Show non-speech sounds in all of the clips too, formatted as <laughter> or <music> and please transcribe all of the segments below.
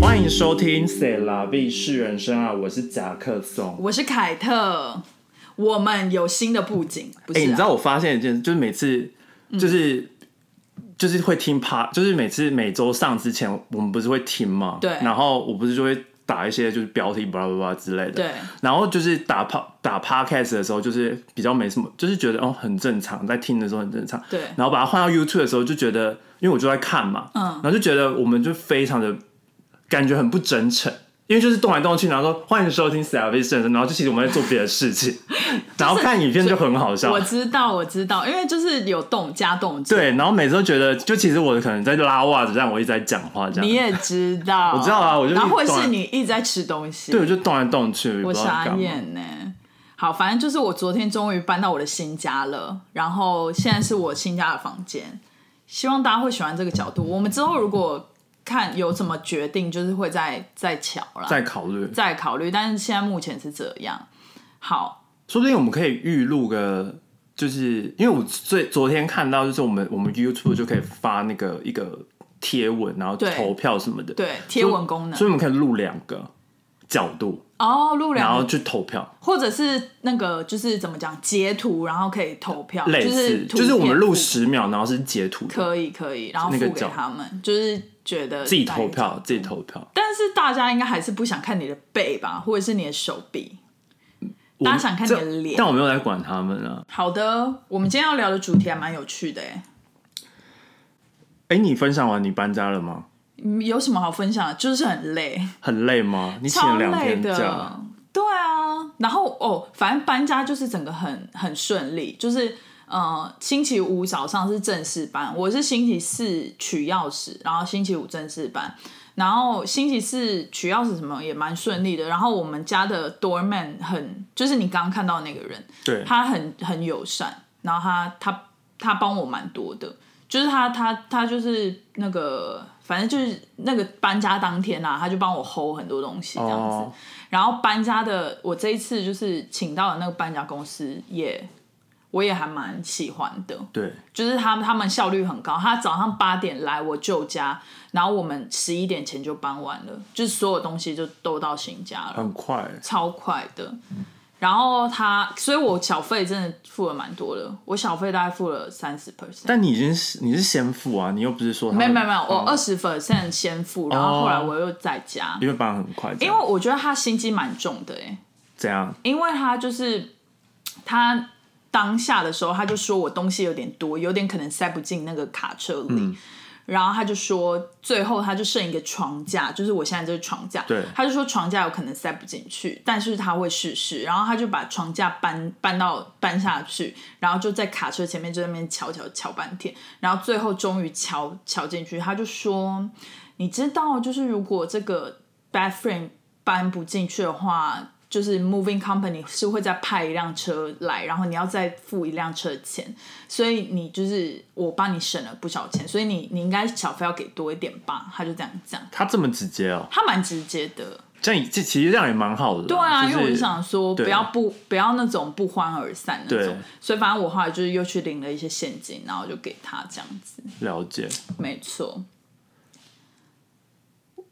欢迎收听《塞拉币是人生》啊，我是夹克松。我是凯特，我们有新的布景，不哎、是、啊？你知道我发现一件事，就是每次就是、就是会听 p 就是每次每周上之前，我们不是会听嘛？对然后我不是就会打一些就是标题巴拉巴拉之类的。对。然后就是打 p 打 podcast 的时候，就是比较没什么，就是觉得哦很正常，在听的时候很正常。对然后把它换到 YouTube 的时候，就觉得因为我就在看嘛，嗯然后就觉得我们就非常的感觉很不真诚。因为就是动来动去，然后说欢迎收听 CRV 先生，然后就其实我们在做别的事 <laughs> 情，然后看影片就很好笑。我知道，我知道，因为就是有动加动作，对，然后每次都觉得，就其实我可能在拉袜子，但我一直在讲话这你样。也知道， <laughs> 我知道啊我就然后或一直动啊是你一直在吃东西，对，我就动来动去，不我知道在傻干嘛。眼呢、好，反正就是我昨天终于搬到我的新家了，然后现在是我新家的房间。希望大家会喜欢这个角度。我们之后如果看有怎么决定，就是会再再瞧啦，在考虑，再考虑。但是现在目前是这样。好，说不定我们可以预录个，就是因为我最昨天看到，就是我们我们 YouTube 就可以发那个一个贴文，然后对投票什么的，对贴文功能所以我们可以录两个角度，哦，录然两后个，去投票，或者是那个就是怎么讲，截图然后可以投票，类是似就就是我们录十秒，然后是截图的，可以可以，然后那个付给角他们，就是觉得自己投票，自己投票。但是大家应该还是不想看你的背吧，或者是你的手臂。大家想看你的这脸但我没有来管他们啊。好的，我们今天要聊的主题还蛮有趣的哎，哎，你分享完你搬家了吗？嗯有什么好分享的？就是很累，很累吗？你请超了两累天的假，。对啊，然后哦，反正搬家就是整个很很顺利，就是呃，星期五早上是正式班，我是星期四取钥匙，然后星期五正式班，然后星期四取钥匙什么也蛮顺利的。然后我们家的 doorman 很，就是你刚刚看到的那个人，对，他很很友善，然后他他他帮我蛮多的，就是他他他就是那个，反正就是那个搬家当天啊，他就帮我 hold 很多东西这样子。哦然后搬家的，我这一次就是请到的那个搬家公司也，我也还蛮喜欢的，对，就是他们他们效率很高，他早上八点来我舅家，然后我们十一点前就搬完了，就是所有东西就都到新家了。很快。超快的。然后他，所以我小费真的付了蛮多的，我小费大概付了三十 percent。但你已经是你是先付啊，你又不是说他没们有没有没有，我哦二十 percent 先付，然后后来我又再加，因为搬很快这因样，为我觉得他心机蛮重的哎、这样因为他就是他当下的时候，他就说我东西有点多，有点可能塞不进那个卡车里。然后他就说，最后他就剩一个床架，就是我现在这个床架。对他就说床架有可能塞不进去，但是他会试试。然后他就把床架搬搬到搬下去，然后就在卡车前面就在那边敲敲敲半天，然后最后终于敲敲进去。他就说，你知道，就是如果这个 bad frame 搬不进去的话，就是 moving company 是会再派一辆车来，然后你要再付一辆车的钱，所以你就是我帮你省了不少钱，所以你你应该小费要给多一点吧？他就这样讲，他这么直接哦、他蛮直接的。这样这其实这样也蛮好的啦。对啊，就是、因为我就想说，对不要不不要那种不欢而散那对种，所以反正我后来就是又去领了一些现金，然后就给他这样子，了解，没错。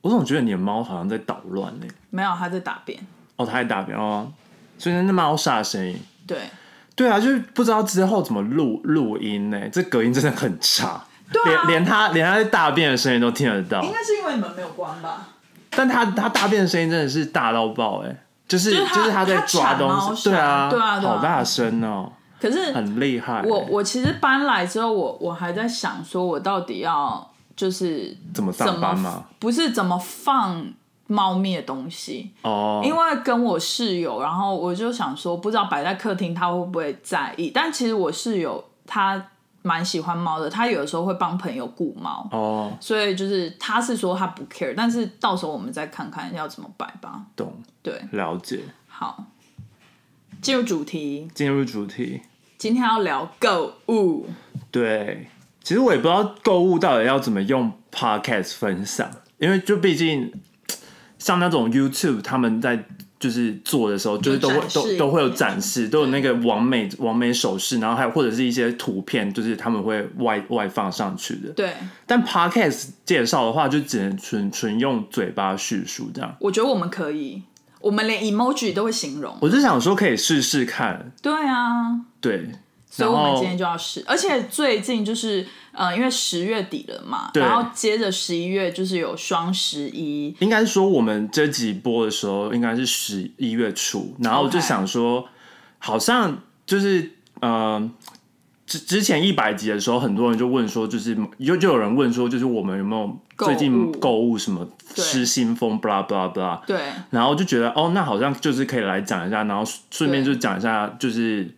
我总觉得你的猫好像在捣乱呢、没有，他在打便，哦，它在打嗝哦，所以那猫砂的声音。对，对啊，就是不知道之后怎么录录音呢、这隔音真的很差，对啊连连它连它在大便的声音都听得到。该是因为你们没有关吧？但它它大便的声音真的是大到爆哎、就是就是它就是它在抓它铲猫东西，砂对啊，对啊对啊好大声哦、可是很厉害欸、我我其实搬来之后，我我还在想说，我到底要就是怎么怎上班么吗？不是怎么放猫咪的东西，哦，因为跟我室友，然后我就想说，不知道摆在客厅他会不会在意，但其实我室友他蛮喜欢猫的，他有的时候会帮朋友顾猫，哦，所以就是他是说他不 care，但是到时候我们再看看要怎么摆吧。懂对，了解。好，进入主题，进入主题，今天要聊购物。对，其实我也不知道购物到底要怎么用 podcast 分享，因为就毕竟像那种 YouTube 他们在就是做的时候，就是都会展示都一都会有点展示，都有那个完美完美手势，然后还有或者是一些图片，就是他们会外外放上去的。对，但 podcast 介绍的话，就只能纯纯用嘴巴叙述这样。我觉得我们可以，我们连 emoji 都会形容。我就想说可以试试看，对啊，对。所以然我们后今天就要试，而且最近就是呃，因为十月底了嘛，对然后接着十一月就是有双十一，应该说我们这集播的时候应该是十一月初，然后我就 OK 想说，好像就是呃，之之前一百集的时候，很多人就问说，就是就就有人问说，就是我们有没有购最近物购物什么对失心疯，blah blah blah，对然后就觉得哦，那好像就是可以来讲一下，然后顺便就讲一下，就是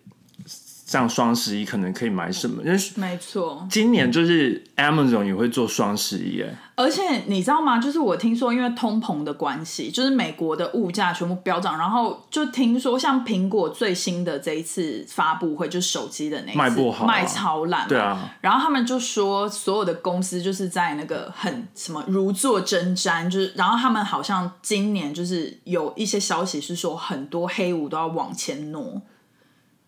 像双十一可能可以买什嗯么，因为没错，今年就是 Amazon 也会做双十一，哎，而且你知道吗？就是我听说，因为通膨的关系，就是美国的物价全部飙涨，然后就听说像苹果最新的这一次发布会，就是手机的那一次卖不好啊卖超烂嘛，对啊，然后他们就说，所有的公司就是在那个很什么如坐针毡，就是然后他们好像今年就是有一些消息是说，很多黑五都要往前挪，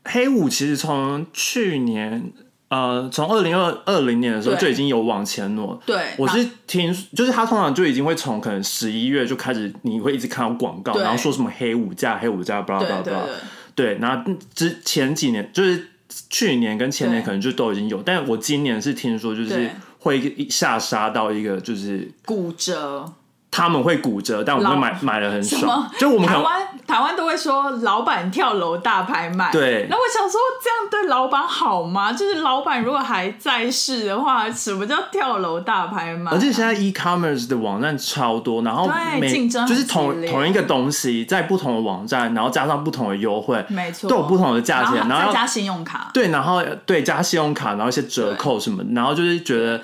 黑五其实从去年，呃，从二零二二零年的时候就对已经有往前挪。对，我然是听，就是他通常就已经会从可能十一月就开始，你会一直看到广告，对然后说什么黑五价、黑五价，巴拉对巴拉对巴拉。对，对，然后之前几年就是去年跟前年对可能就都已经有，但我今年是听说就是对会一下杀到一个就是骨折。他们会骨折，但我们会老买买的很什么爽，？就我们可台能湾台湾都会说老板跳楼大拍卖，对那我想说，这样对老板好吗？就是老板如果还在世的话，什么叫跳楼大拍卖？而且现在 e-commerce 的网站超多，然后对每竞争很就是同激烈同一个东西，在不同的网站，然后加上不同的优惠，没错，都有不同的价然后钱，然再后加信用卡，对，然后对加信用卡，然后一些折扣什么，然后就是觉得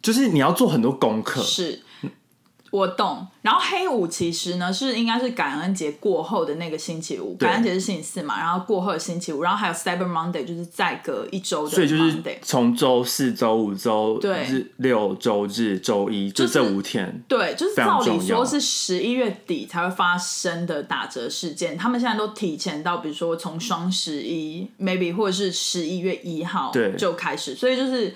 就是你要做很多功课，是，我懂。然后黑五其实呢是应该是感恩节过后的那个星期五，对感恩节是星期四嘛，然后过后的星期五，然后还有 Cyber Monday 就是再隔一周的所以就是 Monday。从周四、周五、周对日、六、周日、周一，就就是这五天。对，就是非常照理重要说是十一月底才会发生的打折事件，他们现在都提前到，比如说从双十一，maybe 或者是十一月一号对就开始，所以就是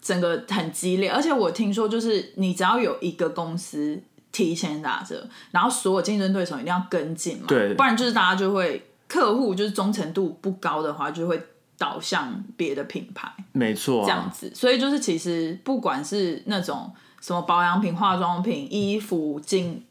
整个很激烈。而且我听说，就是你只要有一个公司提前打折，然后所有竞争对手一定要跟进嘛，对不然就是大家就会客户就是忠诚度不高的话，就会导向别的品牌。没错、这样啊，子。所以就是其实不管是那种什么保养品、化妆品、衣服、精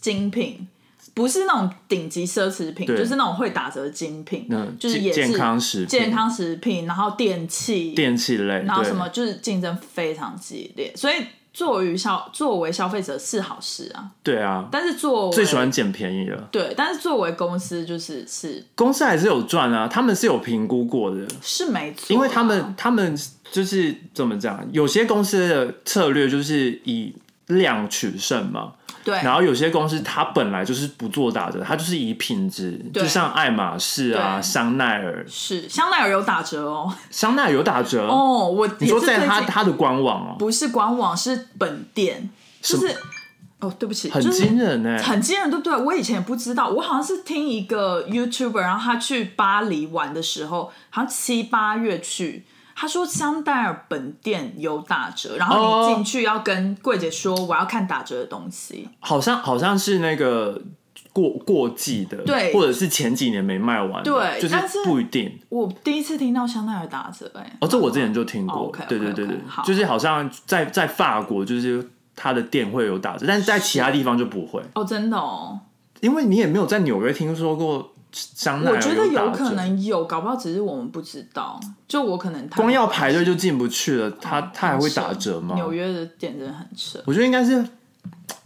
精品。不是那种顶级奢侈品，对就是那种会打折的精品，嗯就是健也是健康食品健康食品，然后电器，电器类，然后对什么就是竞争非常激烈，所以作为消作为消费者是好事啊，对啊，但是作为最喜欢捡便宜了。对，但是作为公司就是是公司还是有赚啊，他们是有评估过的，是没错啊，因为他们他们就是怎么讲，有些公司的策略就是以量取胜嘛，对，然后有些公司它本来就是不做打折，它就是以品质，对就像爱马仕啊、对香奈儿，是香奈儿有打折哦，香奈儿有打折，哦，我你也说是在最它近它的官网哦，不是官网，是本店，就是哦，对不起，很就是惊人欸呢、很惊人，对不对？我以前也不知道，我好像是听一个 YouTuber，然后他去巴黎玩的时候，好像七八月去。他说香奈儿本店有打折，然后哦你进去要跟柜姐说我要看打折的东西。好像好像是那个过过季的，对或者是前几年没卖完的，对就是但是不一定。我第一次听到香奈儿打折、哎，哦，这我之前就听哦过， ，OK，OK，OK，对对对对好，就是好像在在法国，就是它的店会有打折，但是在其他地方就不会，哦，真的哦，因为你也没有在纽约听说过香奈儿我觉得有有打折可，能有，搞不好只是我们不知道。就我可能太光要排队就进不去了，它它还会打折吗？哦纽约的店真的很扯。我觉得应该是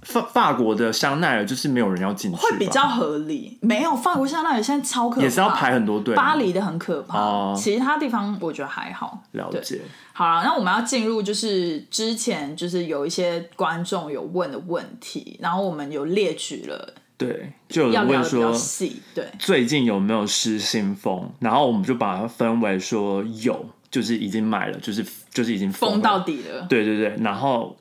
法法国的香奈儿就是没有人要进去吧，会比较合理。没有法国香奈儿现在超可怕，也是要排很多队，巴黎的很可怕，哦其他地方我觉得还好。了对解，好了，那我们要进入就是之前就是有一些观众有问的问题，然后我们有列举了，对，就有要人聊问的比较说。细。对，最近有没有失心疯？然后我们就把它分为说有，就是已经买了，就是就是已经疯疯了到底了。对对对，然后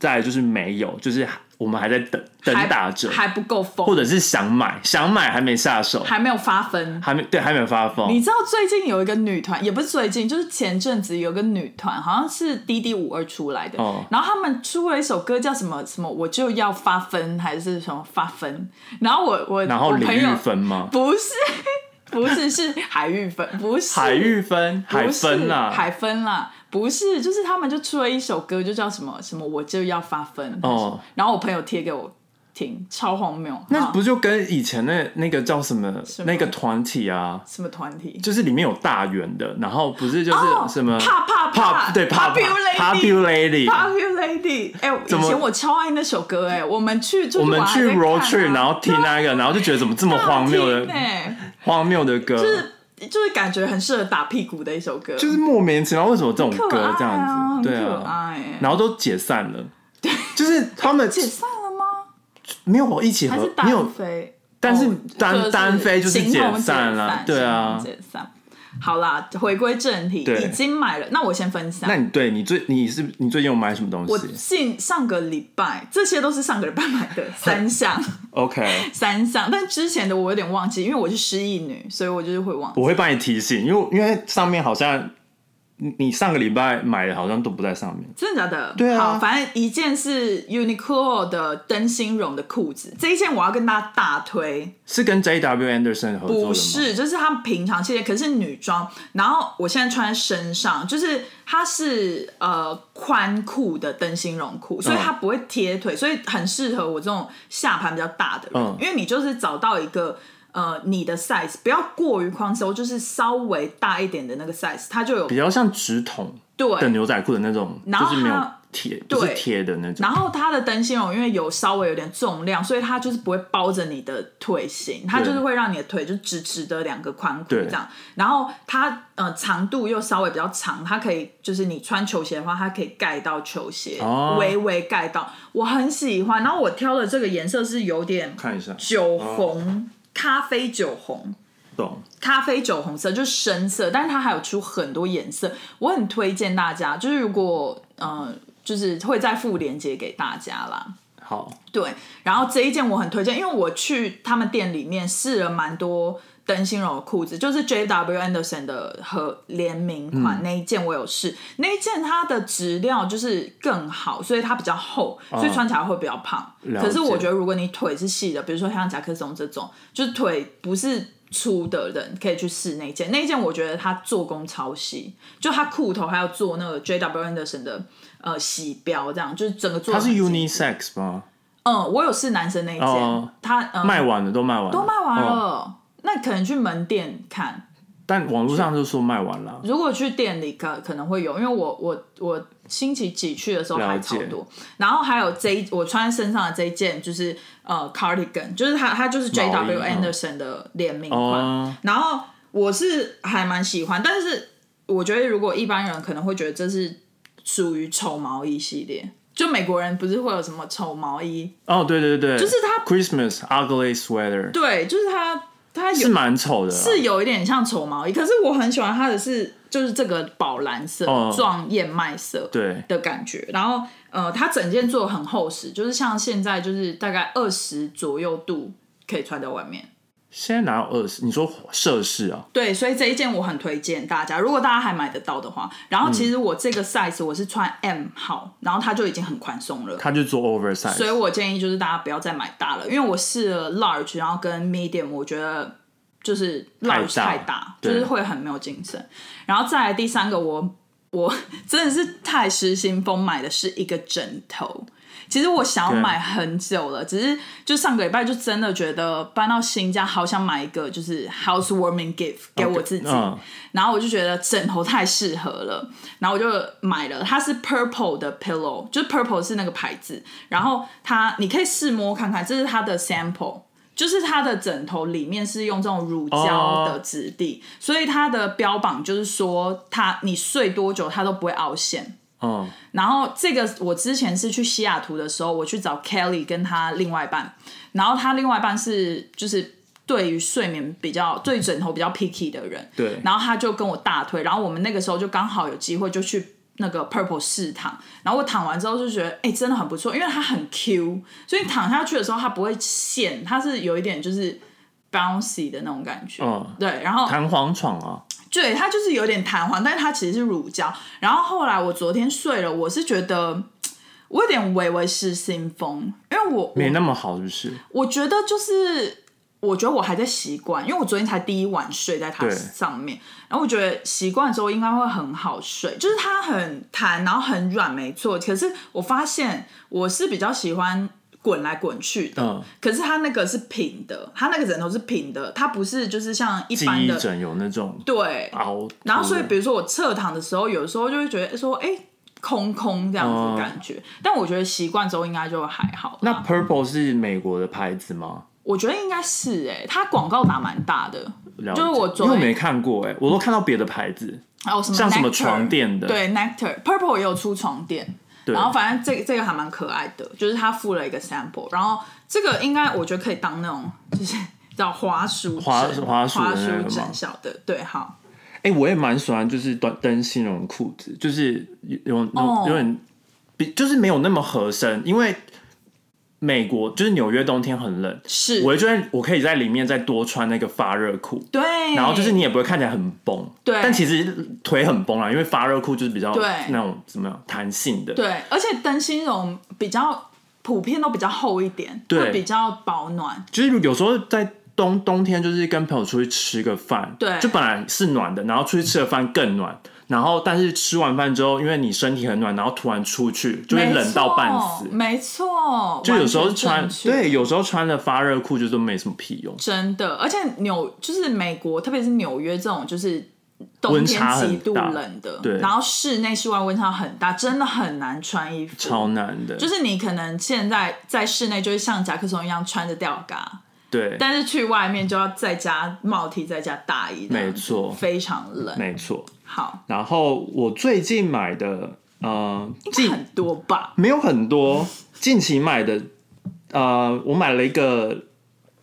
再来就是没有，就是我们还在等等还打折，还不够或疯，者是想买想买还没下手，还没有发疯。还没对还没有发你疯，知道最近有一个女团，也不是最近，就是前阵子有个女团，好像是滴滴五二出来的，哦然后他们出了一首歌叫什么什么，我就要发疯还是什么发疯，然后我我然后我李朋玉友芬吗？不是不是是海玉芬，不是海玉芬，不是海芬啊啦，海芬啦，不是，就是他们就出了一首歌，就叫什么什么，我就要发疯哦。然后我朋友贴给我听，超荒谬。然那后不就跟以前那那个叫什么啊什么那个团体啊，什么团体？就是里面有大圆的，然后不是就是什么哦怕怕怕， pop 对 pop Popular <laughs> lady， Lady，哎，怎以么前我超爱那首歌，哎，我们去出我去玩们还去在看啊啊 road trip，然后听那个，然后就觉得怎么这么荒谬大厅的哎，荒谬的歌，就是就是感觉很适合打屁股的一首歌，就是莫名其妙为什么这种可歌爱这啊样很子，对可啊，爱。哎然后都解散了，就是他 <laughs> 们解散了吗？没有一起还是合，没呃有单飞？但是哦单就是单飞就是形同解解散了对啊形同解散。好啦，回归正题，对已经买了。那我先分享那，你对你最你是你最近有买什么东我西近上个礼拜，这些都是上个礼拜买的 <laughs> 三项， ？OK，三项。但之前的我有点忘记，因为我是失忆女，所以我就是会忘记。我会帮你提醒，因为因为上面好像你你上个礼拜买的好像都不在上面。真的假的？对啊好，反正一件是 Uniqlo 的灯芯绒的裤子，这一件我要跟大家大推。是跟 J.W. Anderson 合作的吗？不是，就是它平常系列，可是女装。然后我现在穿在身上，就是它是呃宽裤的灯芯绒嗯裤，所以它不会贴腿，所以很适合我这种下盘比较大的人，嗯因为你就是找到一个。呃，你的 size 不要过于宽松，就是稍微大一点的那个 size，它就有比较像直筒的对。牛仔裤的那种，然后就是没有它贴，对不是贴的那种。然后它的灯芯绒因为有稍微有点重量，所以它就是不会包着你的腿型，它就是会让你的腿就直直的两个髋骨对这样。然后它呃长度又稍微比较长，它可以就是你穿球鞋的话，它可以盖到球鞋，哦微微盖到。我很喜欢。然后我挑的这个颜色是有点看哦一下，酒红，咖啡酒红。懂咖啡酒红色就是深色，但是它还有出很多颜色，我很推荐大家，就是如果呃，就是会再附链接给大家啦。好，对，然后这一件我很推荐，因为我去他们店里面试了蛮多灯芯绒的裤子，就是 J W Anderson 的和联名嗯款、那一件我有试，那一件它的质料就是更好，所以它比较厚，所以穿起来会比较胖。哦了可是我解觉得如果你腿是细的，比如说像夹克松这种，就是腿不是。粗的人可以去试那一件，那一件我觉得它做工超细，就它裤头还要做那个 J W Anderson 的呃洗标，这样就是整个做它得是很精致 unisex 吗？嗯，我有试男生那一件，哦他、嗯、卖完了，都卖完了，都卖完哦了，那可能去门店看。但网络上就说卖完了。如果去店里可可能会有，因为我我我星期几去的时候还了超解多。然后还有这一我穿在身上的这一件就是呃 cardigan，就是它它就是 J 毛衣 W 嗯 Anderson 的联名款。哦，然后我是还蛮喜欢，但是我觉得如果一般人可能会觉得这是属于丑毛衣系列，就美国人不是会有什么丑毛衣？哦，对对对，就是它 Christmas ugly sweater 对，就是它它有是蛮丑的啊，是有一点像丑毛衣，可是我很喜欢它的是就是这个宝蓝色哦撞燕麦色对的感觉，然后呃，它整件做的很厚实，就是像现在就是大概二十左右度可以穿在外面。现在哪有二十？你说摄氏啊？对，所以这一件我很推荐大家，如果大家还买得到的话。然后其实我这个 size 我是穿 M 号，然后它就已经很宽松了。他就做 oversize，所以我建议就是大家不要再买大了，因为我试了 large，然后跟 medium，我觉得就是 large 太大太大，对就是会很没有精神。然后再来第三个我， <laughs> 我真的是太失心疯买的是一个枕头。其实我想要对买很久了，只是就上个礼拜就真的觉得搬到新家，好想买一个就是 housewarming gift 给我自己。嗯然后我就觉得枕头太适合了，然后我就买了，它是 Purple 的 pillow，就是 Purple 是那个牌子，然后它你可以试摸看看，这是它的 sample。就是它的枕头里面是用这种乳胶的质地所以它的标榜就是说它你睡多久它都不会凹陷。嗯，然后这个我之前是去西雅图的时候，我去找 Kelly 跟他另外一半，然后他另外一半是就是对于睡眠比较对枕头比较 picky 的人，对然后他就跟我大推，然后我们那个时候就刚好有机会就去那个 purple 试躺，然后我躺完之后就觉得，哎、真的很不错，因为它很 Q，所以你躺下去的时候它不会陷，它是有一点就是 bouncy 的那种感觉。嗯对，然后弹簧床啊，对，它就是有点弹簧，但是它其实是乳胶。然后后来我昨天睡了，我是觉得我有点微微失心疯，因为我没我那么好，是不是？我觉得就是。我觉得我还在习惯，因为我昨天才第一晚睡在它对上面，然后我觉得习惯之后应该会很好睡，就是它很弹，然后很软，没错。可是我发现我是比较喜欢滚来滚去的，嗯，可是它那个是平的，它那个枕头是平的，它不是就是像一记般忆的枕啊有那种对凹凸的，然后所以比如说我侧躺的时候，有时候就会觉得说，哎、空空这样子的感觉。但我觉得习惯之后应该就还好啦。哦那 Purple 是美国的牌子吗？我觉得应该是哎、它广告打蛮大的，了就是解我昨因为我天没看过哎、我都看到别的牌子，还哦有什么像什么 Nectar，床垫的对 Nectar Purple 也有出床垫。对然后反正这个这个还蛮可爱的，就是他附了一个 sample，然后这个应该我觉得可以当那种就是叫花束花枕花束的花那束个吗枕小的，对，好，哎、我也蛮喜欢，就是短灯芯绒裤子，就是有有哦有点比，就是没有那么合身，因为美国就是纽约冬天很冷，是，我就会我可以在里面再多穿那个发热裤，对，然后就是你也不会看起来很绷，对但其实腿很绷啦，因为发热裤就是比较对那种怎么样弹性的，对，而且灯芯绒比较普遍都比较厚一点，对会比较保暖。就是有时候在冬冬天，就是跟朋友出去吃个饭，对就本来是暖的，然后出去吃个饭更暖，然后但是吃完饭之后，因为你身体很暖，然后突然出去就会冷到半死。没错，没错就有时候完全穿正，确对，有时候穿的发热裤就都没什么屁用。真的，而且纽就是美国，特别是纽约这种就是。冬温天差很极度大冷的，对然后室内室外温差很大，真的很难穿衣服。超难的，就是你可能现在在室内就是像夹克松一样穿着吊嘎，对，但是去外面就要再加帽 T，再加大衣这没样子，错非常冷。没错。好，然后我最近买的，呃，近很多吧？没有很多，近期买的，呃，我买了一个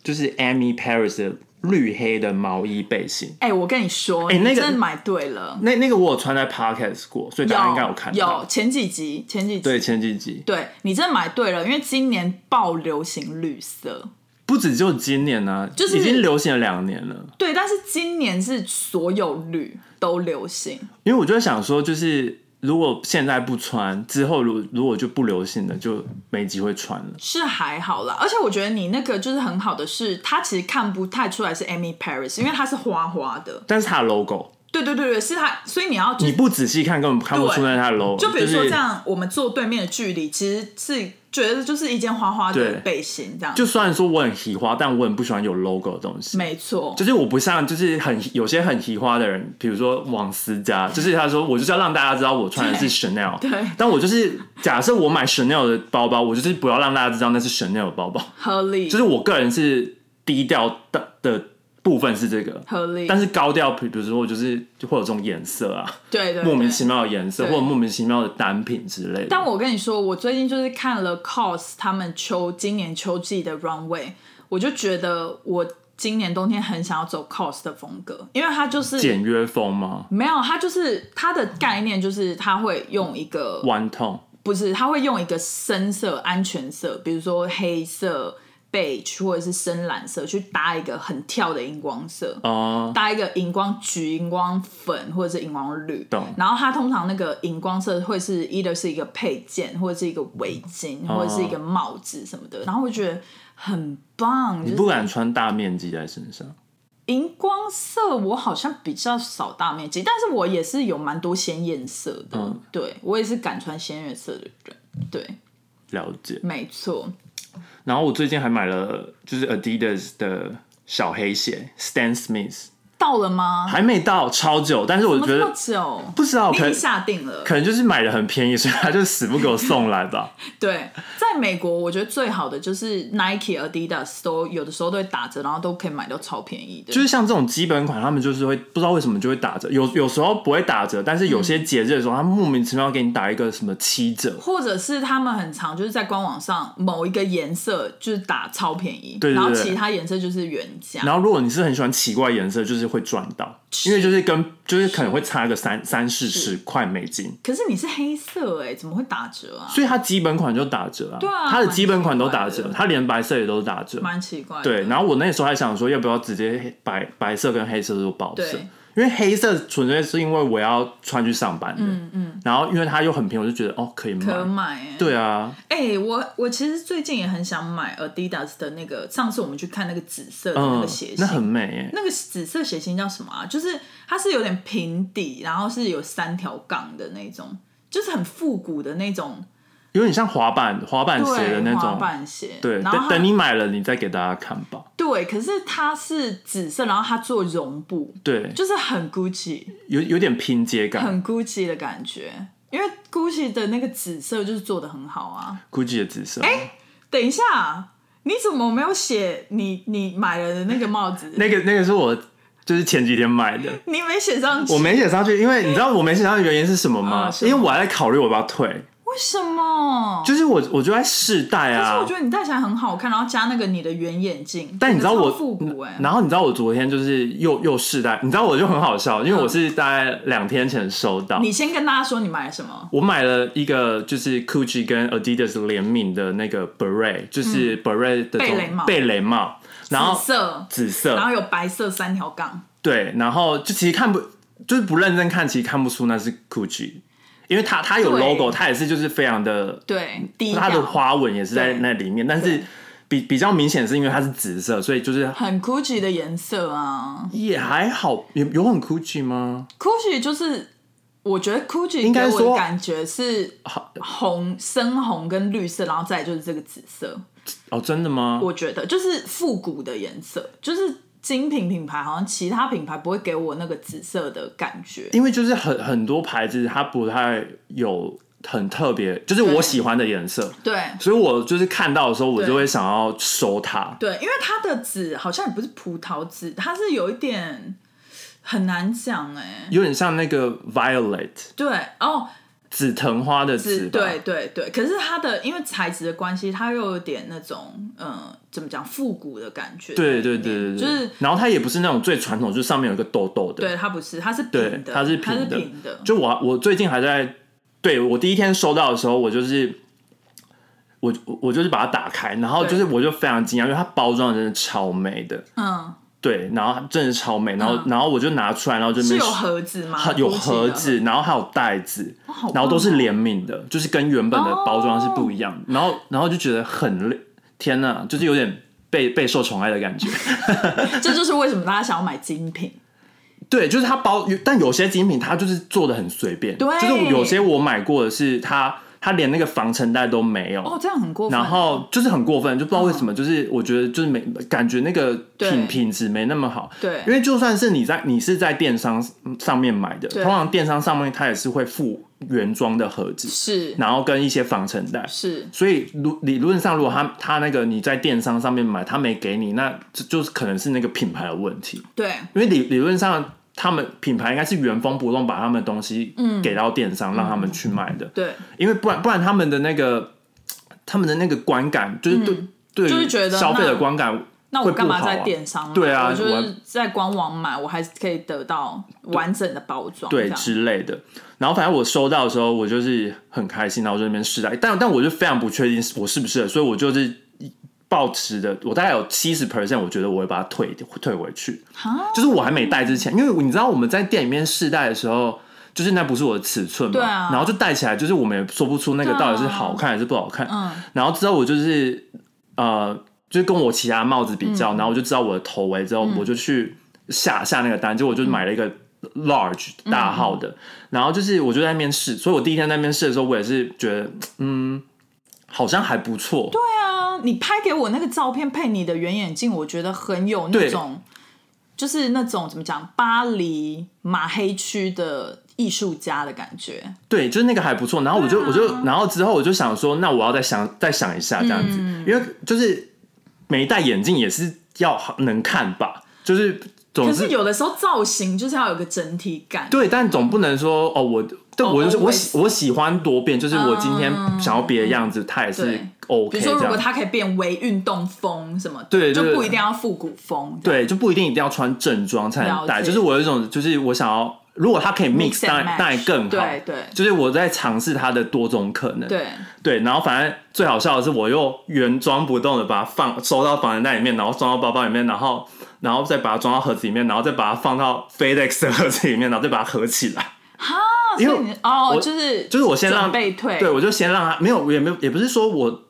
就是 Amy Paris 的绿黑的毛衣背心，哎、我跟你说，哎那个你真的买对了，那那个我有穿在 Podcast 过，所以大家应该有看到。有前几集，前几集对，前几集对你真的买对了，因为今年爆流行绿色，不止就今年呢、啊，就是已经流行了两年了。对，但是今年是所有绿都流行，因为我就在想说，就是如果现在不穿，之后如如果就不流行了，就没机会穿了。是还好啦。而且我觉得你那个就是很好的是，它其实看不太出来是 Amy Paris，因为它是花花的，但是它的 logo，对对对对，是它，所以你要就你是不仔细看根本看不出那是它的 logo。就比如说是这样，我们坐对面的距离其实是觉得就是一件花花的对背心这样，就虽然说我很喜欢，但我很不喜欢有 logo 的东西。没错，就是我不像，就是很有些很奇花的人，比如说王思佳，就是他说我就是要让大家知道我穿的是 Chanel， <laughs> 对但我就是假设我买 Chanel 的包包，我就是不要让大家知道那是 Chanel 的包 <laughs> 包，合理，就是我个人是低调的的部分是这个，合理，但是高调，比比如说我就是就会有这种颜色啊，对对对莫名其妙的颜色对或者莫名其妙的单品之类的，但我跟你说，我最近就是看了 COS 他们秋今年秋季的 runway，我就觉得我今年冬天很想要走 COS 的风格，因为它就是简约风吗没有，它就是它的概念就是它会用一个？One tone，不是，它会用一个深色安全色，比如说黑色。beige 或者是深蓝色去搭一个很跳的荧光色，哦、搭一个荧光橘、荧光粉或者是荧光绿，懂然后它通常那个荧光色会是 either 是一个配件，或者是一个围巾，哦或者是一个帽子什么的。然后我觉得很棒，你就不是敢穿大面积在身上，荧光色我好像比较少大面积，但是我也是有蛮多鲜艳色的，嗯对我也是敢穿鲜艳色的人，对，了解。没错，然后我最近还买了就是 Adidas 的小黑鞋 Stan Smith，到了吗？还没到超久，但是我怎么觉这么得久？不知道你已可经下定了，可能就是买的很便宜，所以他就死不给我送来吧。 <laughs> 对，在美国，我觉得最好的就是 Nike、Adidas 都有的时候都会打折，然后都可以买到超便宜的。就是像这种基本款，他们就是会不知道为什么就会打折，有有时候不会打折，但是有些节日的时候，他莫名其妙给你打一个什么七折。或者是他们很常就是在官网上某一个颜色就是打超便宜，对对对然后其他颜色就是原价。然后如果你是很喜欢奇怪颜色，就是会赚到，因为就是跟就是可能会差个三三四十块美金，可是你是黑色哎、怎么会打折啊？所以它基本款就打折啊。对啊它的基本款都打蛮奇折，怪的它连白色也都打折。蛮奇怪的。对，然后我那时候还想说，要不要直接黑白白色跟黑色都包色对？因为黑色纯粹是因为我要穿去上班的，嗯嗯，然后因为它又很便宜，我就觉得哦可以买，可买哎、对啊，哎、我我其实最近也很想买 Adidas 的那个，上次我们去看那个紫色的那嗯个鞋，型，那很美诶，那个紫色鞋型叫什么啊？就是它是有点平底，然后是有三条杠的那种，就是很复古的那种有点像滑板滑板鞋的对那滑种，板鞋。对，然后等它等你买了，你再给大家看吧。对，可是它是紫色，然后它做绒布，对，就是很 Gucci，有有点拼接感很 Gucci 的感觉。因为 Gucci 的那个紫色就是做的很好啊。 ，Gucci 的紫色。等一下，你怎么没有写你你买了的那个帽子？那个那个是我就是前几天买的，你没写上去？我没写上去，因为你知道我没写上去的原因是什么吗嗯？是因为我还在考虑我要不要退，为什么？就是我我就在试戴可是啊我觉。得你戴起来很好看，然后加那个你的圆眼镜，但你知道那我个超复古哎、然后你知道我昨天就是又又试戴，你知道我就很好笑，因为我是大概两天前收到，嗯你先跟大家说你买了什么？我买了一个就是 Gucci 跟 Adidas 联名的那个 beret，就是 beret 的嗯贝雷帽贝雷帽，然后紫色，紫色，然后有白色三条杠，对，然后就其实看不就是不认真看，其实看不出那是 Gucci，因为它它有对 logo，它也是就是非常的，对，低它的调，花纹也是在对那里面，但是对比比较明显是因为它是紫色，所以就是很 Gucci 的颜色啊也还好，有有很 Gucci 吗？ ，Gucci 就是。我觉得 Gucci 应该给我的说感觉是好红、深红跟绿色，然后再来就是这个紫色。哦，真的吗？我觉得就是复古的颜色，就是精品品牌，好像其他品牌不会给我那个紫色的感觉。因为就是很很多牌子它不太有很特别，就是我对喜欢的颜色，对所以我就是看到的时候我对就会想要收它。对，因为它的紫好像也不是葡萄紫，它是有一点很难讲哎、有点像那个 violet 对哦，紫藤花的紫紫吧，对对对，可是它的因为材质的关系，它又有点那种呃，怎么讲复古的感觉在里对面。对对对，对就是然后它也不是那种最传统，就是上面有一个痘痘的。对它不是，它是对平的，它是它平的平的，就我我最近还在，对我第一天收到的时候，我就是我我我就是把它打开，然后对就是我就非常惊讶，因为它包装真的超美的，嗯，对，然后它真的超美，然后、嗯然后我就拿出来，然后就是没有盒子吗？有 Gucci 的盒子，然后还有袋子，哇好然后都是棒哦联名的，就是跟原本的哦包装是不一样的，然后然后就觉得很累，天呐，就是有点被备受宠爱的感觉。 <laughs> 这就是为什么大家想要买精品。对，就是它包，但有些精品它就是做的很随便，对就是有些我买过的是它，它连那个防尘袋都没有，哦，这样很过分。嗯然后就是很过分，就不知道为什么，就是我觉得就是没感觉那个对品品质没那么好，对因为就算是你在你是在电商上面买的，对通常电商上面它也是会附原装的盒子，是然后跟一些防尘袋。是，所以，如理论上，如果他他那个你在电商上面买，他没给你，那这就是可能是那个品牌的问题。对因为理理论上，他们品牌应该是原封不动把他们的东西嗯给到电商，让他们去卖的。对，因为不然不然他们的那个他们的那个观感，就是对、对于嗯就是觉得消费的那观感，那我会不干嘛好在啊电商买？对啊我就我还是在官网买，我还是可以得到完整的包装。对这样之类的。然后反正我收到的时候，我就是很开心，然后我就在那边试戴，但但我就非常不确定我是不是，所以我就是抱持的，我大概有七十 percent，我觉得我会把它退退回去。啊，就是我还没戴之前，因为你知道我们在店里面试戴的时候，就是那不是我的尺寸嘛，对啊然后就戴起来，就是我们也说不出那个对啊到底是好看还是不好看。嗯，然后之后我就是呃，就是跟我其他帽子比嗯较，然后我就知道我的头围之后，我就去下下那个单，结果我就买了一个嗯 large 大号的，然后就是我就在那边试，所以我第一天在那边试的时候，我也是觉得嗯，好像还不错，对啊，你拍给我那个照片配你的圆眼镜，我觉得很有那对种，就是那种怎么讲，巴黎马黑区的艺术家的感觉。对，就是那个还不错。然后我就、我就，啊然后之后我就想说，那我要再想再想一下这样子，嗯因为就是没戴眼镜也是要好能看吧，就是总可是是有的时候造型就是要有个整体感。对，但总不能说哦，我对我就是我 always 喜我喜欢多变，就是我今天嗯想要别的样子，它也是对 OK 比如这说，如果样。它可以变为运动风什么的，对对就对不一定要复古风。对，就不一定一定要穿正装才能了戴，解就是我有一种，就是我想要，如果它可以 Mix mix， and 当然 match 当然更好。对对就是我在尝试它的多种可能。对，对，然后反正最好笑的是，我又原装不动的把它放收到防尘袋里面，然后装到包包里面，然后然后再把它装到盒子里面，然后再把它放到 FedEx 的盒子里面，然后再把它合起来。啊因为所以你哦，我就是就是我先让准备退，对，我就先让他没有，也没有，也不是说我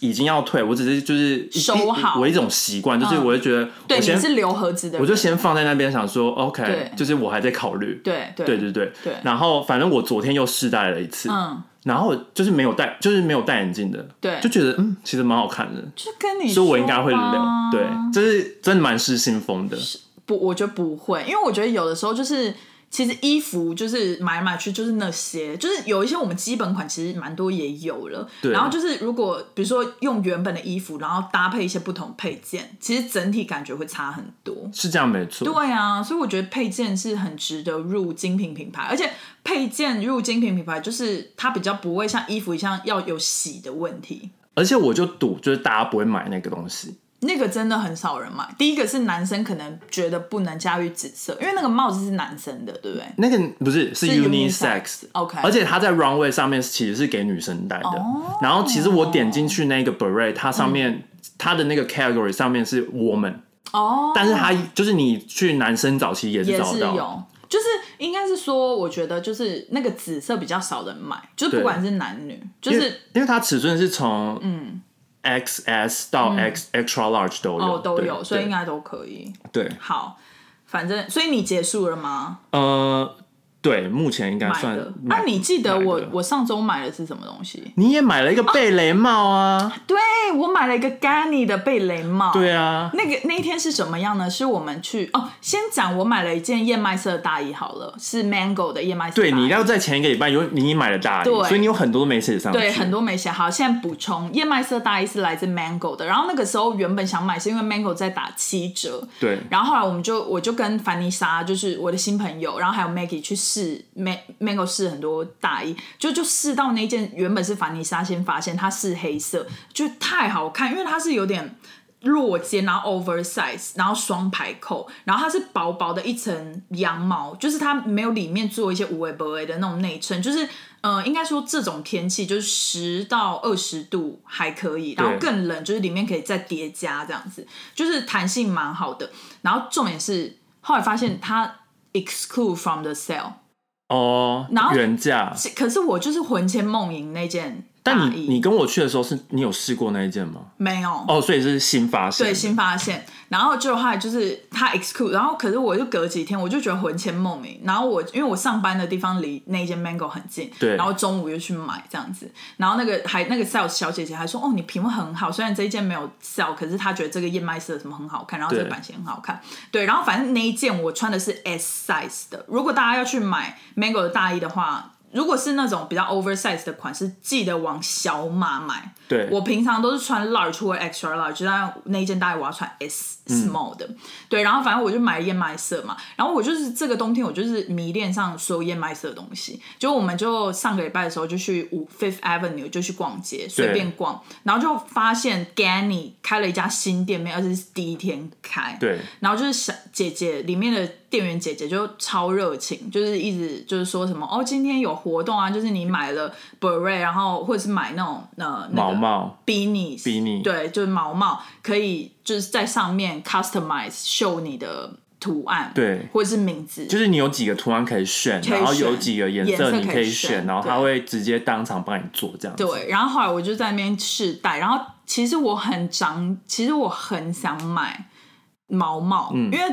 已经要退，我只是就是一收好我一种习惯，就是嗯我就觉得对，我你先是留盒子的人，我就先放在那边，想说 OK，对就是我还在考虑。对对对对对对然后反正我昨天又试戴了一次，嗯，然后就是没有戴，就是没有戴眼镜的，对就觉得嗯，其实蛮好看的，就跟你所以我应该会留吧，对，就是真的蛮失心疯的，不，我觉得不会，因为我觉得有的时候就是，其实衣服就是买来买去就是那些，就是有一些我们基本款其实蛮多也有了。对啊然后就是如果比如说用原本的衣服，然后搭配一些不同配件，其实整体感觉会差很多。是这样没错。对啊，所以我觉得配件是很值得入精品品牌，而且配件入精品品牌就是它比较不会像衣服一样要有洗的问题。而且我就赌，就是大家不会买那个东西，那个真的很少人买。第一个是男生可能觉得不能驾驭紫色，因为那个帽子是男生的，对不对？那个不是是 unisex unisex。OK，而且它在 runway 上面其实是给女生戴的，哦嗯然后其实我点进去那个 beret，它上面、它的那个 category 上面是 woman，哦，但是它就是你去男生早期也是也找是得到，有，就是应该是说，我觉得就是那个紫色比较少人买，就是不对管是男女，就因为是因为它尺寸是从嗯 XS 到 X、extra large 都有，嗯哦都有，对所以应该都可以。对对好，反正所以你结束了吗？呃对，目前应该买算的？那、买你记得买我的我上周买的是什么东西？你也买了一个贝雷帽啊，对我买了一个 Ganni 的贝雷帽。对啊， <laughs> 那个那一天是什么样呢？是我们去哦，先讲我买了一件燕麦色的大衣好了，是 Mango 的燕麦色大衣。对你要在前一个礼拜有你买了大衣，对所以你有很多都没写上去。对，很多没写好。现在补充，燕麦色大衣是来自 Mango 的。然后那个时候原本想买，是因为 Mango 在打七折。对然后后来我们就我就跟凡妮莎，就是我的新朋友，然后还有 Maggie 去试 Ma- Mango 试很多大衣，就就试到那件原本是凡妮莎先发现，它是黑色，就太好看，因为它是有点。落肩，然后 oversize，然后双排扣，然后它是薄薄的一层羊毛，就是它没有里面做一些无为不为的那种内衬，就是呃，应该说这种天气就是十到二十度还可以，然后更冷，就是里面可以再叠加这样子，就是弹性蛮好的。然后重点是后来发现它 exclude from the sale，哦，然后原价。是可是我就是魂牵梦萦那件大但衣你你跟我去的时候是，你有试过那一件吗？没有哦，所以是新发现。对，新发现。然后就后来就是他 exclude，然后可是我就隔几天我就觉得魂牵梦萦。然后我因为我上班的地方离那间 Mango 很近，对然后中午又去买这样子。然后那个还那个 sales 小姐姐还说，哦，你品味很好，虽然这一件没有 sell，可是她觉得这个燕麦色什么很好看，然后这个对版型很好看。对，然后反正那一件我穿的是 S size 的。如果大家要去买 Mango 的大衣的话。如果是那种比较 oversize 的款式，记得往小码买。对我平常都是穿 large 或 extra large，但那一件大衣我要穿 S 嗯 small 的。对，然后反正我就买了燕麦色嘛，然后我就是这个冬天我就是迷恋上所有燕麦色的东西。就我们就上个礼拜的时候就去五 Fifth Avenue 就去逛街，随便逛，然后就发现 Ganni 开了一家新店面，而且是第一天开。对然后就是小姐姐里面的店员姐姐就超热情，就是一直就是说什么哦，今天有活动啊，就是你买了 beret，然后或者是买那种呃那毛个帽， beanie beanie 对，就是毛帽，可以就是在上面 customize 秀你的图案，对或者是名字，就是你有几个图案可以选，以然后有选几个颜颜色你可以以选选，然后对他会直接当场帮你做这样子。对，然后后来我就在那边试戴，然后其实我很长，其实我很想买毛毛，嗯因为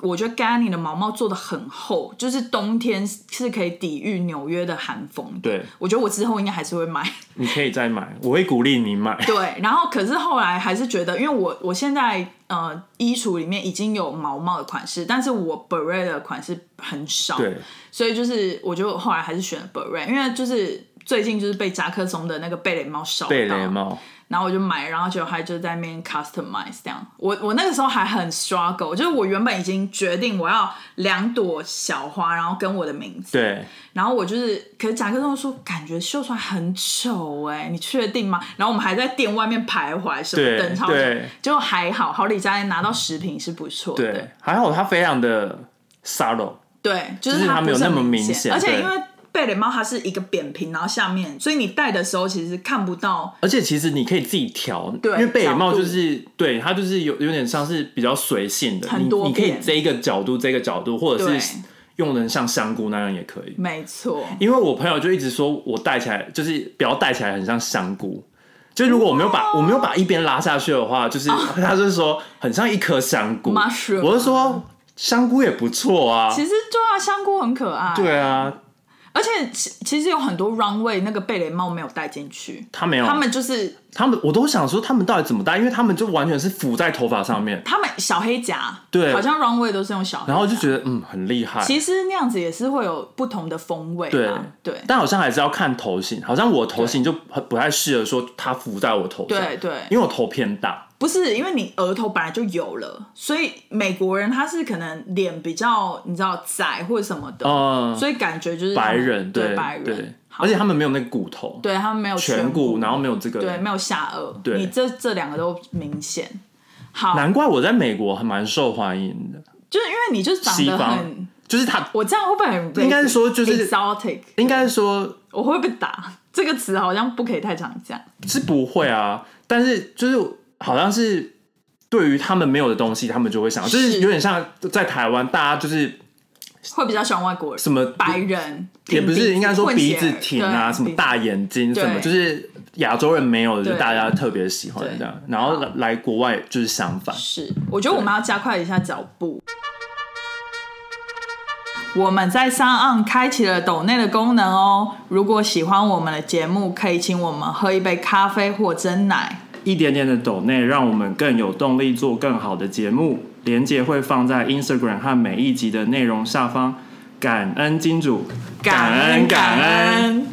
我觉得 Ganni 的毛毛做的很厚，就是冬天是可以抵御纽约的寒风的。对，我觉得我之后应该还是会买。你可以再买，我会鼓励你买。对，然后可是后来还是觉得，因为我我现在呃衣橱里面已经有毛毛的款式，但是我 beret 的款式很少，对，所以就是我就后来还是选了 beret，因为就是最近就是被夹克松的那个贝雷帽烧到，贝雷帽，然后我就买，然后结果还就在那边 customize 这样。我我那个时候还很 struggle，就是我原本已经决定我要两朵小花，然后跟我的名字。对，然后我就是，可是夹克松说感觉绣出来很丑哎、你确定吗？然后我们还在店外面徘徊，什么对等超久对，结果还好，好李佳嫣拿到食品是不错的。对，还好它非常的 subtle，对，就就是它它没有不是那么很明显而且对因为贝雷帽它是一个扁平，然后下面，所以你戴的时候其实看不到。而且其实你可以自己调，对因为贝雷帽角度就是对它就是有有点像是比较随性的，很多你你可以变这一个角度这个角度，或者对是用的像香菇那样也可以。没错，因为我朋友就一直说我戴起来就是不要戴起来很像香菇，就如果我没有把我没有把一边拉下去的话，就是 <laughs> 他就是说很像一颗香菇啊 Mushroom 我就说香菇也不错啊，其实对啊，香菇很可爱。对啊，而且其其实有很多 runway 那个贝雷帽没有带进去，他没有啊他们就是他们我都想说他们到底怎么戴，因为他们就完全是浮在头发上面，他们小黑夹，对好像 runway 都是用小黑夹，然后就觉得嗯很厉害，其实那样子也是会有不同的风味啦，对但好像还是要看头型，好像我头型就很不太适合说它浮在我头上，对对，因为我头偏大，不是因为你额头本来就有了，所以美国人他是可能脸比较你知道窄或者什么的，嗯、所以感觉就是他们白人哦对白白人对，，好而且他们没有那个骨头，对他们没有颧骨，然后没有这个，对没有下颚，对你这这两个都明显。好，难怪我在美国还蛮受欢迎的，就是因为你就是长西得方很就是他我这样会不会很应该说就是 exotic？应该说我会被打？这个词好像不可以太常讲。是不会啊，但是就是好像是对于他们没有的东西，他们就会想，就是是有点像在台湾，大家就是会比较喜欢外国人，什么白人，也不挺鼻是子应该说混血鼻儿子挺啊，对什么大眼睛什么，对就是亚洲人没有的，就对大家特别喜欢这样。然后来来国外就是相反，是，我觉得我们要加快一下脚步。我们在上岸开启了抖内的功能哦。如果喜欢我们的节目，可以请我们喝一杯咖啡或蒸奶。一点点的抖内，让我们更有动力做更好的节目。连接会放在 Instagram 和每一集的内容下方。感恩金主，感恩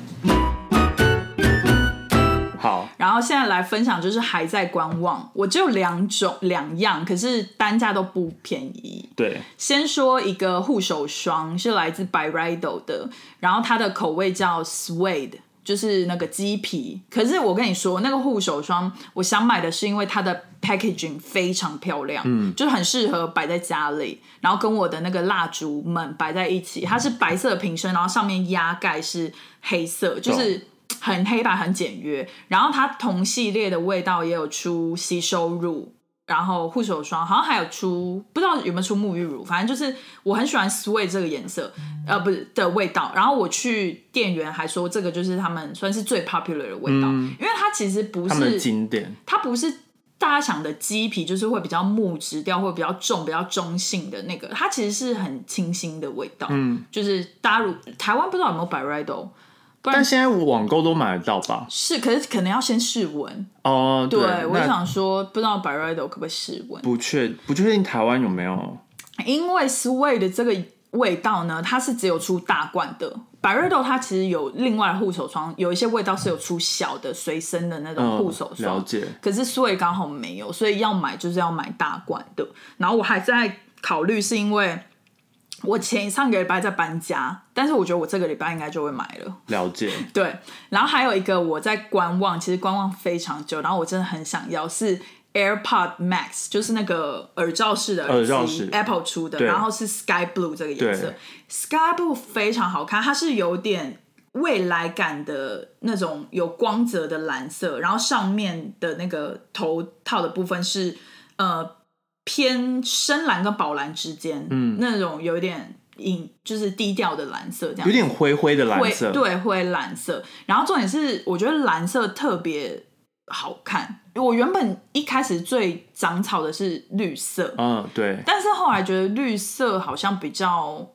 好，然后现在来分享，就是还在观望，我只有两种两样，可是单价都不便宜。对，先说一个护手霜是来自 By Rido 的，然后它的口味叫 Suede，就是那个鸡皮。可是我跟你说，那个护手霜我想买的是因为它的 packaging 非常漂亮，嗯，就是很适合摆在家里，然后跟我的那个蜡烛们摆在一起。它是白色的瓶身，然后上面压盖是黑色，就是。很黑白，很简约。然后它同系列的味道也有出吸收乳，然后护手霜好像还有出，不知道有没有出沐浴乳，反正就是我很喜欢 Sway 这个颜色，呃，不是的味道。然后我去店员还说这个就是他们算是最 popular 的味道，因为它其实不嗯他们的是经典，它不是大家想的鸡皮，就是会比较木质调，或者比较重、比较中性的那个，它其实是很清新的味道。嗯，就是大家如台湾不知道有没有 b y r i d o 但现在网购都买得到吧？是，可是可能要先试闻。哦，对，我那想说不知道 b y r i d o 可不可以试闻。不确不确定台湾有没有因为 Sway 的这个味道呢，它是只有出大罐的。百瑞豆它其实有另外的护手霜，有一些味道是有出小的随身的那种嗯护手霜，了解，可是 Sway 刚好没有，所以要买就是要买大罐的。然后我还在考虑，是因为我前上个礼拜在搬家，但是我觉得我这个礼拜应该就会买了。了解， <laughs> 对，然后还有一个我在观望，其实观望非常久，然后我真的很想要是 AirPod Max，就是那个耳罩式的耳罩机式，Apple 出的，对然后是 Sky Blue 这个颜色对，Sky Blue 非常好看，它是有点。未来感的那种有光泽的蓝色，然后上面的那个头套的部分是呃偏深蓝跟宝蓝之间，嗯，那种有一点隐就是低调的蓝色这样有，点灰灰的蓝灰色，对，灰蓝色。然后重点是，我觉得蓝色特别好看。我原本一开始最长草的是绿色，嗯，对，但是后来觉得绿色好像比较，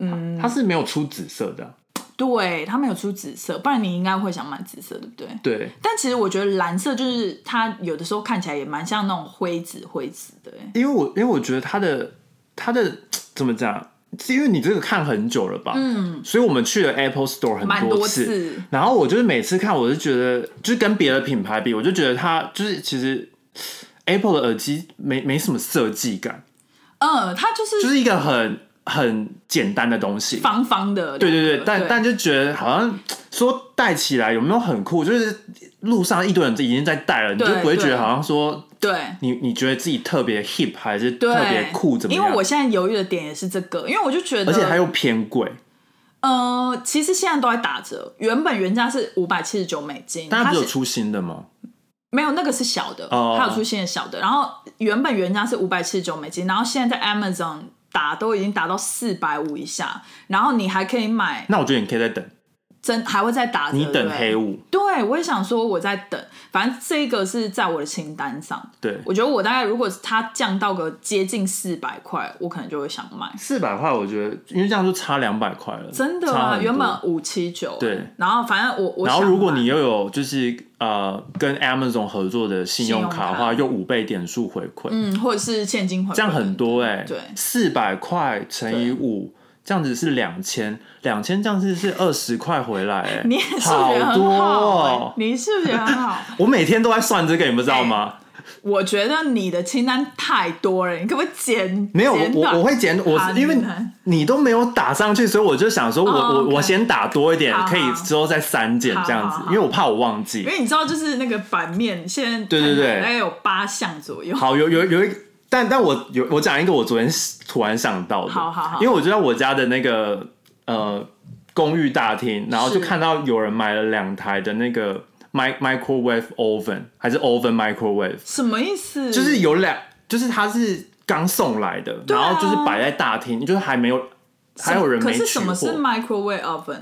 嗯，它是没有出紫色的，对，它没有出紫色，不然你应该会想买紫色，对不对？对，但其实我觉得蓝色就是它有的时候看起来也蛮像那种灰紫灰紫的、欸，因为我因为我觉得它的它的怎么讲，因为你这个看很久了吧，嗯，所以我们去了 Apple Store 蛮很多次，次，然后我就是每次看，我就觉得，就是跟别的品牌比，我就觉得它就是其实 Apple 的耳机没没什么设计感，嗯，它就是就是一个很很简单的东西。方方的两个，对对对，但对但就觉得好像说戴起来有没有很酷？就是路上一堆人已经在戴了，你就对不会觉对得好像说对。你你觉得自己特别 hip 还是对，特别酷怎么因样？为我现在犹豫的点也是这个，因为我就觉得，而且它又偏贵，呃，其实现在都在打折，原本原价是五百七十九美金，但它它不是有是出新的吗？没有那个是小的，哦它有出现小的，然后原本原价是五百七十九美金，然后现在在 Amazon 打都已经打到四百五以下，然后你还可以买那我觉得你可以再等，真还会再打折，你对等不对黑五，对，我也想说我在等，反正这个是在我的清单上。对，我觉得我大概如果它降到个接近四百块，我可能就会想买。四百块，我觉得因为这样就差两百块了，真的差啊，很多原本五七九，对，然后反正我我然想买，后如果你又有就是呃跟 Amazon 合作的信用卡的信用卡话，又五倍点数回馈，嗯，或者是现金回馈，这样很多哎、对四百块乘以五。这样子是两千，两千这样子是二十块回来、哎，你也数学好很多、好、哦。你数学很 <laughs> 好。我每天都在算这个，你不知道吗？哎我觉得你的清单太多了，你可不可以减？没有，我减短我我会减，我啊是因为你很你都没有打上去，所以我就想说我，哦我我 OK 先打多一点好，好可以之后再删减这样好好子，因好为我怕我忘记因。为你知道，就是那个版面现在对对对大概有八项左右。好，有有有一，但但我有我讲一个我昨天突然想到的，好好好因为我就在我家的那个呃公寓大厅，然后是就看到有人买了两台的那个 mic microwave oven 还是 oven microwave，什么意思？就是有两，就是它是刚送来的，对啊然后就是摆在大厅，就是还没有还有人可没取是什么是货， microwave oven？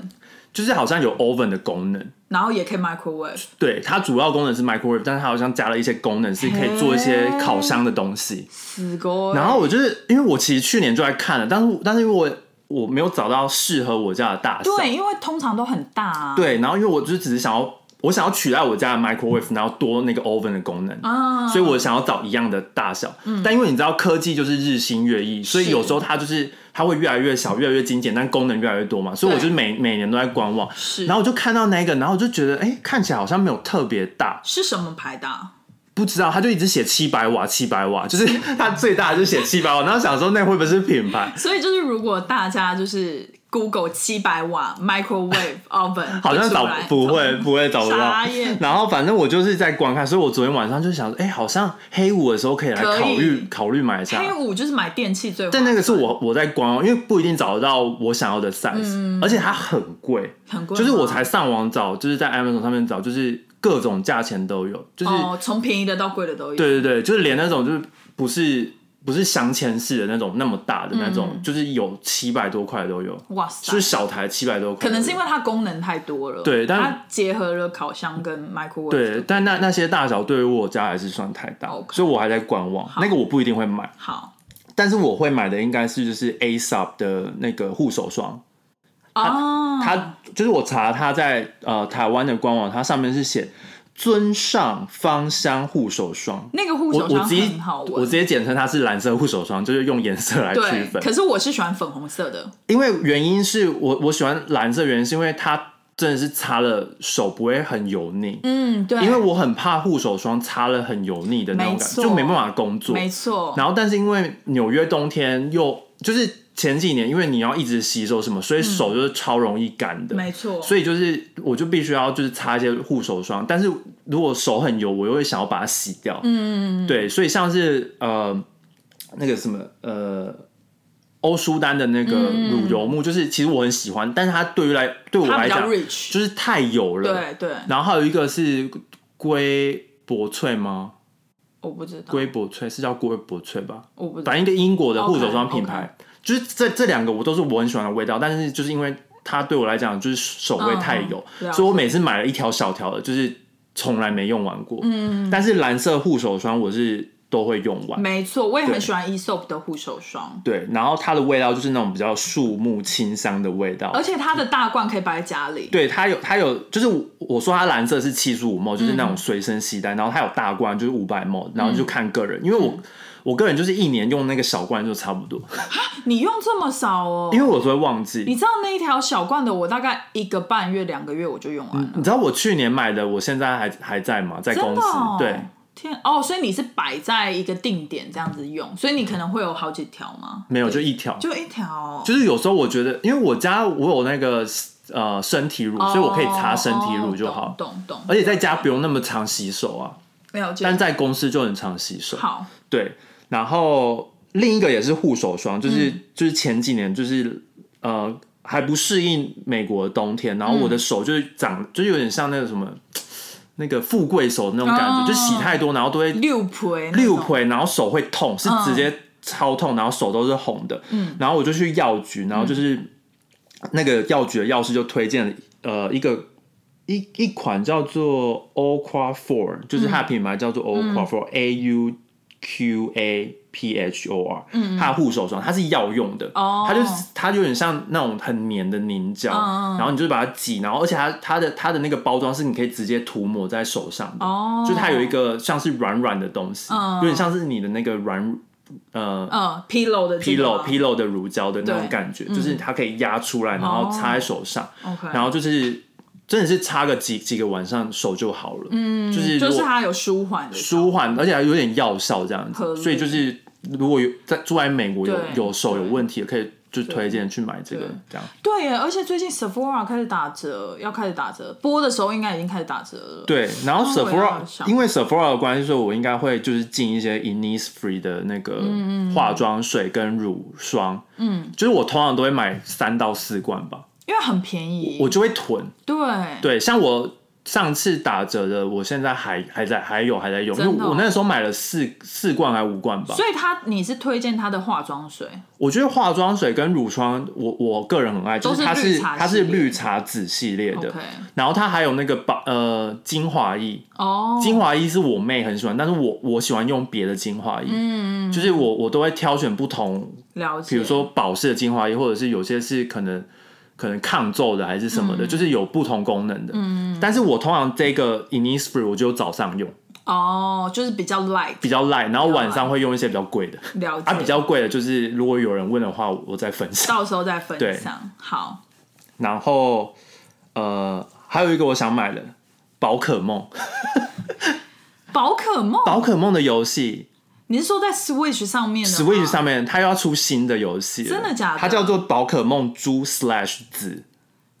就是好像有 oven 的功能。然后也可以 microwave，对，它主要功能是 microwave，但是它好像加了一些功能，是可以做一些嘿烤箱的东西。死狗。欸然后我就是因为我其实去年就在看了，但是但是因为我我没有找到适合我家的大小，对，因为通常都很大啊。对然后因为我就只是想要我想要取代我家的 microwave，然后多那个 oven 的功能。啊，嗯所以我想要找一样的大小，但因为你知道科技就是日新月异，所以有时候它就是它会越来越小，越来越精简，但功能越来越多嘛，所以我对就每每年都在观望，是，然后我就看到那个，然后我就觉得哎、看起来好像没有特别大，是什么牌的啊？不知道他就一直写七百瓦，七百瓦， <laughs> 就是它最大的就写七百瓦，然后想说那会不会是品牌？所以就是，如果大家就是 Google 七百瓦 microwave oven，好像会出找来不会，不会找不到傻眼。然后反正我就是在观看，所以我昨天晚上就想说，哎、好像黑五的时候可以来可以考虑考虑买一下黑。五就是买电器最划算，但那个是我我在观望，因为不一定找得到我想要的 size，、而且它很贵，很嗯贵吗，就是我才上网找，就是在 Amazon 上面找，就是各种价钱都有，就是、哦，从便宜的到贵的都有。对对对，就是连那种就是不是不是镶嵌式的那种那么大的那种，就是有七百多块都有，嗯哇就塞是！小台七百多块都有，可能是因为它功能太多了，对但它结合了烤箱跟 microwave，对，，但那那些大小对于我家还是算太大 OK 所以我还在观望。那个我不一定会买，好，但是我会买的应该是就是 ASOP 的那个护手霜。哦，它就是我查它在呃台湾的官网，它上面是写尊上芳香护手霜。那个护我手我霜直接很好我闻直，接简称它是蓝色护手霜，就是用颜色来区对，分。可是我是喜欢粉红色的，因为原因是我我喜欢蓝色，原因是因为它真的是擦了手不会很油腻。嗯，对，因为我很怕护手霜擦了很油腻的那种没感觉，错就没办法工作。没错，然后，但是因为纽约冬天又就是前几年，因为你要一直洗手什么，所以手就是超容易干的。嗯没错，所以就是，我就必须要就是擦一些护手霜，但是如果手很油，我又会想要把它洗掉。嗯，对，所以像是呃那个什么呃欧舒丹的那嗯个乳油木，就是其实我很喜欢，但是它对于来对我它来比较讲 rich，就是太油了。对对，然后还有一个是龟柏萃吗？我不知道，龟柏萃是叫龟柏萃吧？我不知道反，正一个英国的护手霜哦 OK，OK 品牌就是这这两个我都是我很喜欢的味道，但是就是因为它对我来讲就是手味太油，嗯嗯了解所以我每次买了一条小条的，就是从来没用完过。嗯，但是蓝色护手霜我是都会用完。没错，我也很对喜欢 E Esop 的护手霜，对，然后它的味道就是那种比较树木清香的味道而。且它的大罐可以摆在家里。对，它有它有，就是我我说它蓝色是七十五 ml，就是那嗯种随身携带，然后它有大罐就是五百 ml，然后就看个人，因为我嗯我个人就是一年用那个小罐就差不多，你用这么少哦？因为我有时候会忘记。你知道那一条小罐的，我大概一个半月、两个月我就用完了，你知道我去年买的，我现在还还在吗？嗯在真公的、司，哦。对，，天哦，所以你是摆在一个定点这样子用，所以你可能会有好几条吗？没有就一条，就一条哦、就是有时候我觉得，因为我家我有那个呃身体乳，所以我可以擦身体乳就好，哦懂懂懂。而且在家不用那么常洗手啊，了解。但在公司就很常洗手。好，对，然后另一个也是护手霜，就是、就是前几年就是呃还不适应美国的冬天，然后我的手就是长，就是有点像那个什么那个富贵手那种感觉，哦就洗太多，然后都会六葵，六，葵，然后手会痛，是直接嗯超痛，然后手都是红的。嗯，然后我就去药局，然后就是嗯那个药局的药师就推荐了呃一个一一款叫做 Aqua Four，就是它的嗯品牌叫做 Aqua Four，A、U Q A。P H O R，它的护手霜，它是药用的，嗯哦它就是它有点像那种很黏的凝胶，嗯嗯然后你就把它挤，然后而且它它的它的那个包装是你可以直接涂抹在手上的，哦，就它有一，个像是软软的东西，嗯有点像是你的那个软呃嗯，pillow 的这个 pillow 吗 pillow 的乳胶的那种对嗯哦感觉，就是它可以压出来，然后擦在手上， ，OK，然后就是真的是擦个几几个晚上手就好了，嗯，就是如就果是它有舒缓的效舒缓，而且还有点药效这样合子，理所以就是如果有在住在美国有对有手有问题，可以就推荐去买这个对这样。对耶，而且最近 Sephora 开始打折，要开始打折，播的时候应该已经开始打折了。对，然后哦我要 Sephora、想因为 Sephora 的关系，所以我应该会就是进一些 Innisfree 的那嗯个化妆水跟乳霜。嗯，就是我通常都会买三到四罐吧，因为很便宜。我就会囤。对对，像我上次打折的，我现在还还在还有还在用，因真的为哦我那时候买了四四罐还五罐吧。所以它你是推荐它的化妆水，我觉得化妆水跟乳霜，我我个人很爱，就都是它是绿茶它是系列绿茶籽系列的 OK 然后它还有那个保呃精华液。哦，精华液是我妹很喜欢，但是我我喜欢用别的精华液，嗯，就是我我都会挑选不同，了比解。如说保湿的精华液，或者是有些是可能可能抗皱的还是什么的，就是有不同功能的，嗯，但是我通常这个 Innisfree 我就早上用，哦，就是比较 light，比较 light，然后晚上会用一些比较贵的，了解。啊，比较贵的就是如果有人问的话，我我再分 <laughs> 享，到时候再分对享。好，然后呃还有一个我想买的宝可梦，宝可梦，宝可梦的游戏，你是说在 Switch 上面的吗 Switch 上面它又要出新的游戏了，真的假的它叫做宝可梦猪 slash 紫，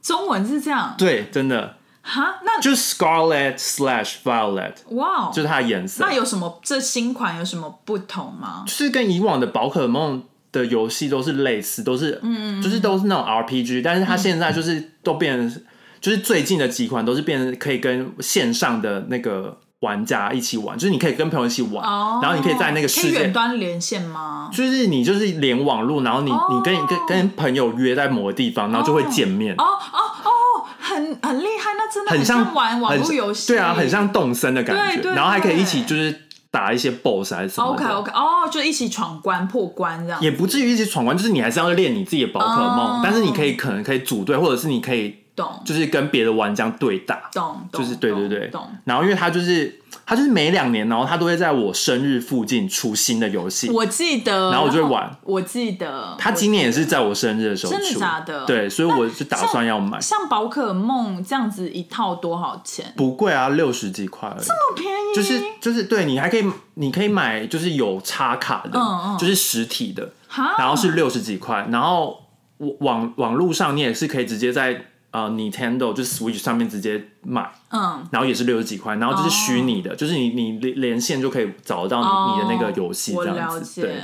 中文是这样？对，真的哈，那就是 Scarlet slash Violet，哇哦，就是它的颜色那。有什么这新款有什么不同吗？就是跟以往的宝可梦的游戏都是类似，都是嗯，就是都是那种 RPG，但是它现在嗯就是都变成，就是最近的几款都是变成可以跟线上的那个玩家一起玩，就是你可以跟朋友一起玩，哦，然后你可以在那个可世以界远。端连线吗？就是你就是连网路，然后你、你跟你跟跟朋友约在某个地方，然后就会见面。哦哦哦，很很厉害，那真的很像玩网很络像游戏，对啊，很像动森的感觉，对对然后还可以一起对就是打一些 BOSS 还是什么 OK 的 OK，哦，就一起闯关破关这样。也不至于一起闯关，就是你还是要练你自己的宝可梦，哦但是你可以可能可以组队，或者是你可以懂就是跟别的玩家对打，懂懂，就是对对对懂。然后因为它就是它就是每两年，然后它都会在我生日附近出新的游戏懂。我记得，然后我就会玩我记得它今年也是在我生日的时候出，真的假的对，所以我就打算要买，像宝可梦这样子一套多少钱？不贵啊，六十几块而已。这么便宜，就是就是对你还可以，你可以买就是有插卡的，嗯嗯哦就是实体的，哈然后是六十几块，然后网网网络上你也是可以直接在呃 Nintendo 就是 Switch 上面直接买，嗯然后也是六十几块，然后就是虚拟的，就是你你连连线就可以找得到你、哦你的那个游戏我这了样子，对。解。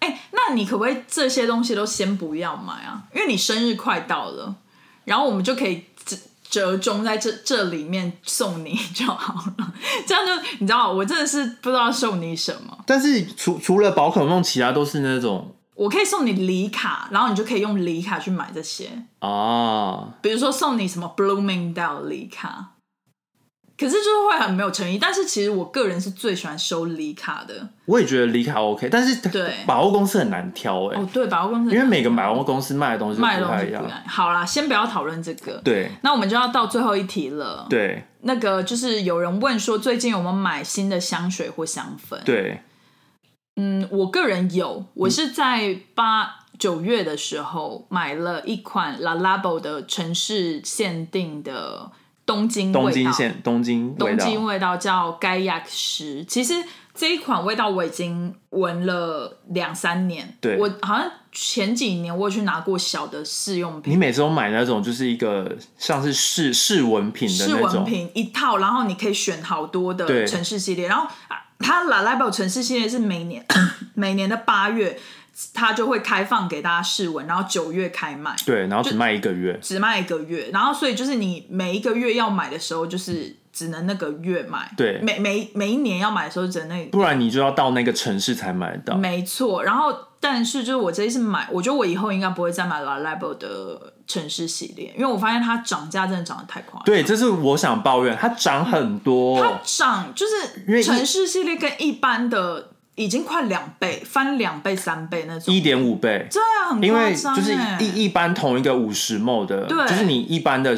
哎，那你可不可以这些东西都先不要买啊？因为你生日快到了，然后我们就可以折折中在这这里面送你就好了。这样就你知道，我真的是不知道送你什么。但是除除了宝可梦，其他都是那种我可以送你礼卡，然后你就可以用礼卡去买这些，啊，比如说送你什么 Bloomingdale 礼卡，可是就是会很没有诚意。但是其实我个人是最喜欢收礼卡的，我也觉得离卡 OK，但是对 <laughs> 百货公司很难挑哎、哦，对，百货公司因为每个百货公司卖的东西都卖的不东太西一不样一。样。好啦，先不要讨论这个。对那我们就要到最后一题了。对那个就是有人问说，最近有没有买新的香水或香氛？对，嗯嗯，我个人有，我是在八九月的时候买了一款 La Labo 的城市限定的东京东味京道，县东京味东道，京味道叫 Gayak 石。其实这一款味道我已经闻了两三年，对我好像前几年我有去拿过小的试用你品。每次都买那种就是一个像是试试闻品的试那闻种，品一套，然后你可以选好多对的城市系列，然后啊它 La Labo 城市系列是每年每年的八月，它就会开放给大家试闻，然后九月开卖，对，然后只卖一个月，只卖一个月，然后所以就是你每一个月要买的时候，就是只能那个月买，对每每每一年要买的时候只能那个不然你就要到那个城市才买得到。没错，然后但是就是我这一次买，我觉得我以后应该不会再买 La Labo 的城市系列，因为我发现它涨价真的涨得太夸张。对，这是我想抱怨，它涨很它多，哦涨就因为是一城市系列跟一般的已经快两倍，翻两倍、三倍那种。一点五倍，对啊，很因为夸张就是欸一一般同一个五十 ml 的，对就是你一般的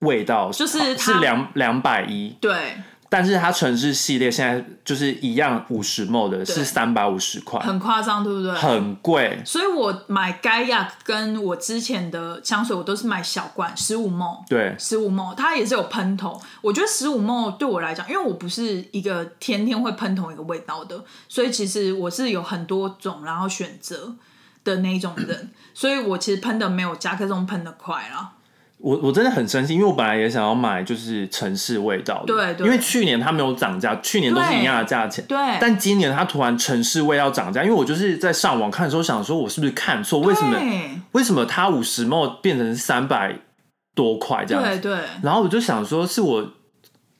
味道就是好它是两两百一，对，但是它城市系列现在就是一样五十 ml 的是三百五十块，很夸张，对不对？很贵。所以我买 Gaia 跟我之前的香水，我都是买小罐十五梦。对，十五梦，它也是有喷头。我觉得十五梦对我来讲，因为我不是一个天天会喷同一个味道的，所以其实我是有很多种然后选择的那一种人，所以我其实喷的没有夹克中喷的快啦。我我真的很生气，因为我本来也想要买就是城市味道的，对对因为去年它没有涨价，去年都是对一样的价钱，对但今年它突然城市味道涨价，因为我就是在上网看的时候想说，我是不是看错？为什么对为什么它五十 ml 变成三百多块这样子？对对然后我就想说，是我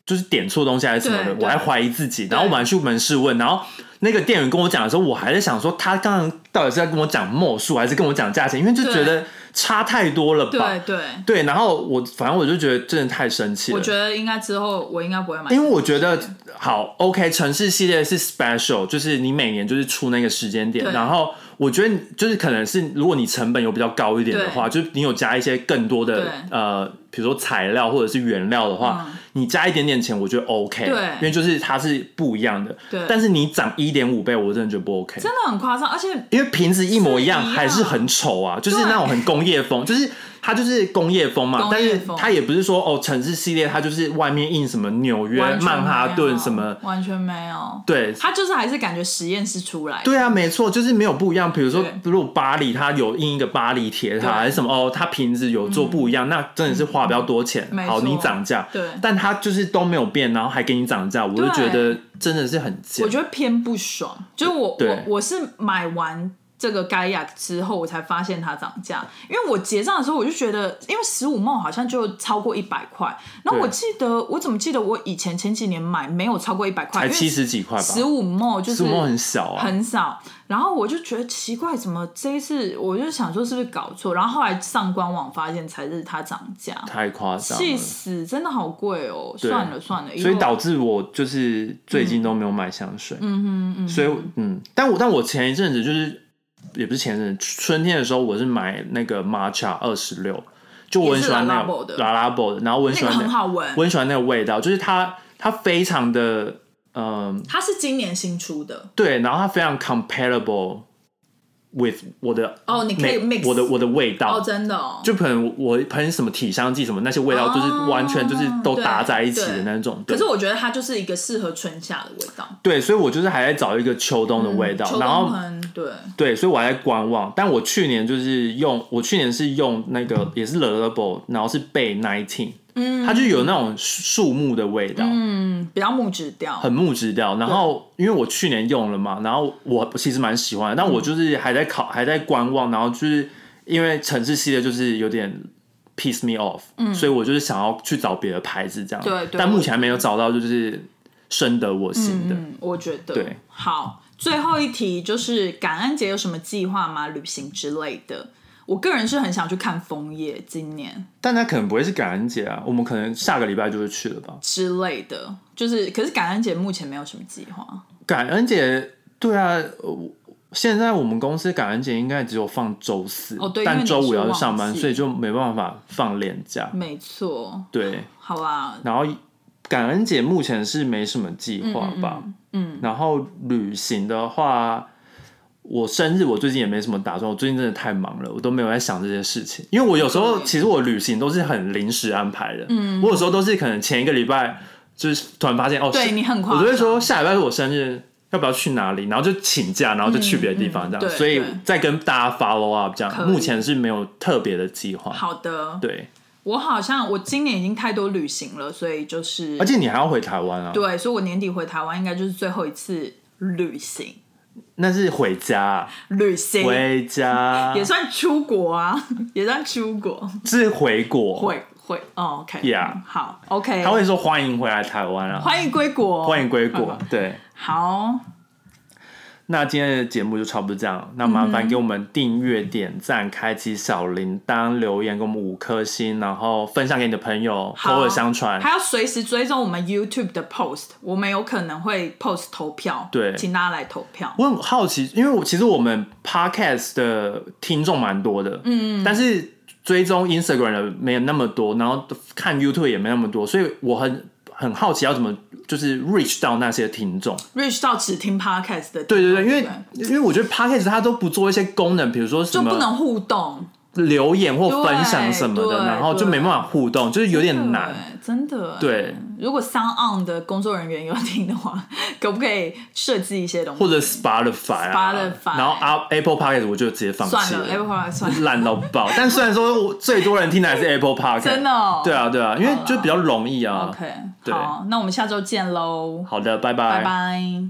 就是点错东西还是什么的对，对我还怀疑自己。然后我们还去门市问，然后那个店员跟我讲的时候，我还在想说，他刚刚到底是在跟我讲墨数，还是跟我讲价钱？因为就觉得差太多了吧对。对，对，然后我反正我就觉得真的太生气我了觉，得应该之后我应该不会买，因为我觉得好 OK，城市系列是 special，就是你每年就是出那个时间点，对然后我觉得就是可能是如果你成本有比较高一点的话，就是你有加一些更多的对呃，比如说材料或者是原料的话，嗯你加一点点钱，我觉得 OK，对因为就是它是不一样的，对但是你涨一点五倍，我真的觉得不 OK，真的很夸张，而且因为瓶子一模一样，是一样还是很丑啊，就是对那种很工业风，就是它就是工业风嘛，工但业是风它也不是说哦城市系列，它就是外面印什么纽约完、全曼哈没顿有什么，完全没有，对。它就是还是感觉实验室出来的，对啊，没错，就是没有不一样。比如说，对如果巴黎它有印一个巴黎铁对嗯塔还是什么哦，它瓶子有做不一样，那真的是花比较多钱。没好，错你涨价，对啊但它就是都没有变，然后还给你涨价，我就对觉得真的是很贱我。觉得偏不爽，就是我我对我是买完这个 Gaia 之后，我才发现它涨价，因为我结账的时候我就觉得，因为十五梦好像就超过一百块，然后我对记得我怎么记得我以前前几年买没有超过一百块，才因为七十几块吧，十五梦就十是五很小啊，很少。然后我就觉得奇怪，怎么这一次我就想说是不是搞错？然后后来上官网发现才是它涨价，太夸张了。气死！真的好贵哦，对算了算了，所以后导致我就是最近都没有买香水。嗯嗯嗯。所以嗯，但我但我前一阵子就是也不是前一阵子，春天的时候我是买那个 Matcha 二十六，就我很喜欢那也是 Lalabo 的个拉拉布的，然后我很那喜个欢很好闻我，很喜欢那个味道，就是它它非常的嗯、它是今年新出的对，然后它非常 comparable with 我的哦，你可以每 mix 我的我的味道哦，真的哦，就可能我喷什么体香剂什么那些味道，哦就是完全就是都搭在一起的对那种。对可是我觉得它就是一个适合春夏的味道，对，所以我就是还在找一个秋冬的味道，嗯秋冬然后很对，对，所以我还在观望。但我去年就是用，我去年是用那个也是 l e l a b l e 然后是贝 Nineteen，嗯它就有那种树木的味道，嗯，比较木质调，很木质调。然后因为我去年用了嘛，然后我其实蛮喜欢的，但嗯我就是还在考，还在观望。然后就是因为城市系列就是有点 piece me off，、所以我就是想要去找别的牌子这样，嗯对嗯对但目前还没有找到就是深得我心的。嗯，我觉得对好。最后一题就是感恩节有什么计划吗？旅行之类的。我个人是很想去看枫叶，今年但它可能不会是感恩节啊，我们可能下个礼拜就会去了吧？之类的，就是可是感恩节目前没有什么计划。感恩节，对啊，我现在我们公司感恩节应该只有放周四，哦对因为但你周五是要去旺上班，季所以就没办法放年假。没错，对，好啦，然后感恩节目前是没什么计划吧？嗯然后旅行的话，我生日我最近也没什么打算，我最近真的太忙了，我都没有在想这些事情。因为我有时候对其实我旅行都是很临时安排的，嗯，我有时候都是可能前一个礼拜就是突然发现哦，对是你很我夸就会张，说下礼拜是我生日。要不要去哪里？然后就请假，然后就去别的地嗯方嗯这样，对所以对再跟大家 follow up 这可以样。目前是没有特别的计划，好的，对，我好像我今年已经太多旅行了，所以就是而且你还要回台湾啊，对，所以我年底回台湾应该就是最后一次旅行，那是回家啊、旅行回 <laughs> 家也算出国啊，也算出国，是回国，会会、哦、，OK， Yeah 好，OK，他会说欢迎回来台湾啊，欢迎归国，欢迎归国。对，好，那今天的节目就差不多这样。那麻烦给我们订阅、点赞、开启小铃铛、留言，给我们五颗星，然后分享给你的朋友，好口耳相传。还要随时追踪我们 YouTube 的 post，我们有可能会 post 投票，对请大家来投票。我很好奇，因为我其实我们 podcast 的听众蛮多的，嗯，但是追踪 Instagram 的没有那么多，然后看 YouTube 也没那么多，所以我很很好奇要怎么就是 reach 到那些听众。 reach 到只听 podcast 的地方，对对对，因为不因为我觉得 podcast 它都不做一些功能，比如说什就不么能互动，留言或分享什么对的，然后就对没办法互动，就是有点难。对，真的。对， <laughs> 如果 Sound On 的工作人员有听的话，可不可以设计一些东西？或者 Spotify 啊 Spotify 然后 App- Apple Podcast 我就直接放算弃了，Apple 哎 Podcast 算了，烂到爆。 <laughs> 但虽然说我最多人听 <laughs> 的还是 Apple Podcast，真的哦对啊对啊，因为就比较容易啊。 OK，对好，那我们下周见喽，好的，拜拜。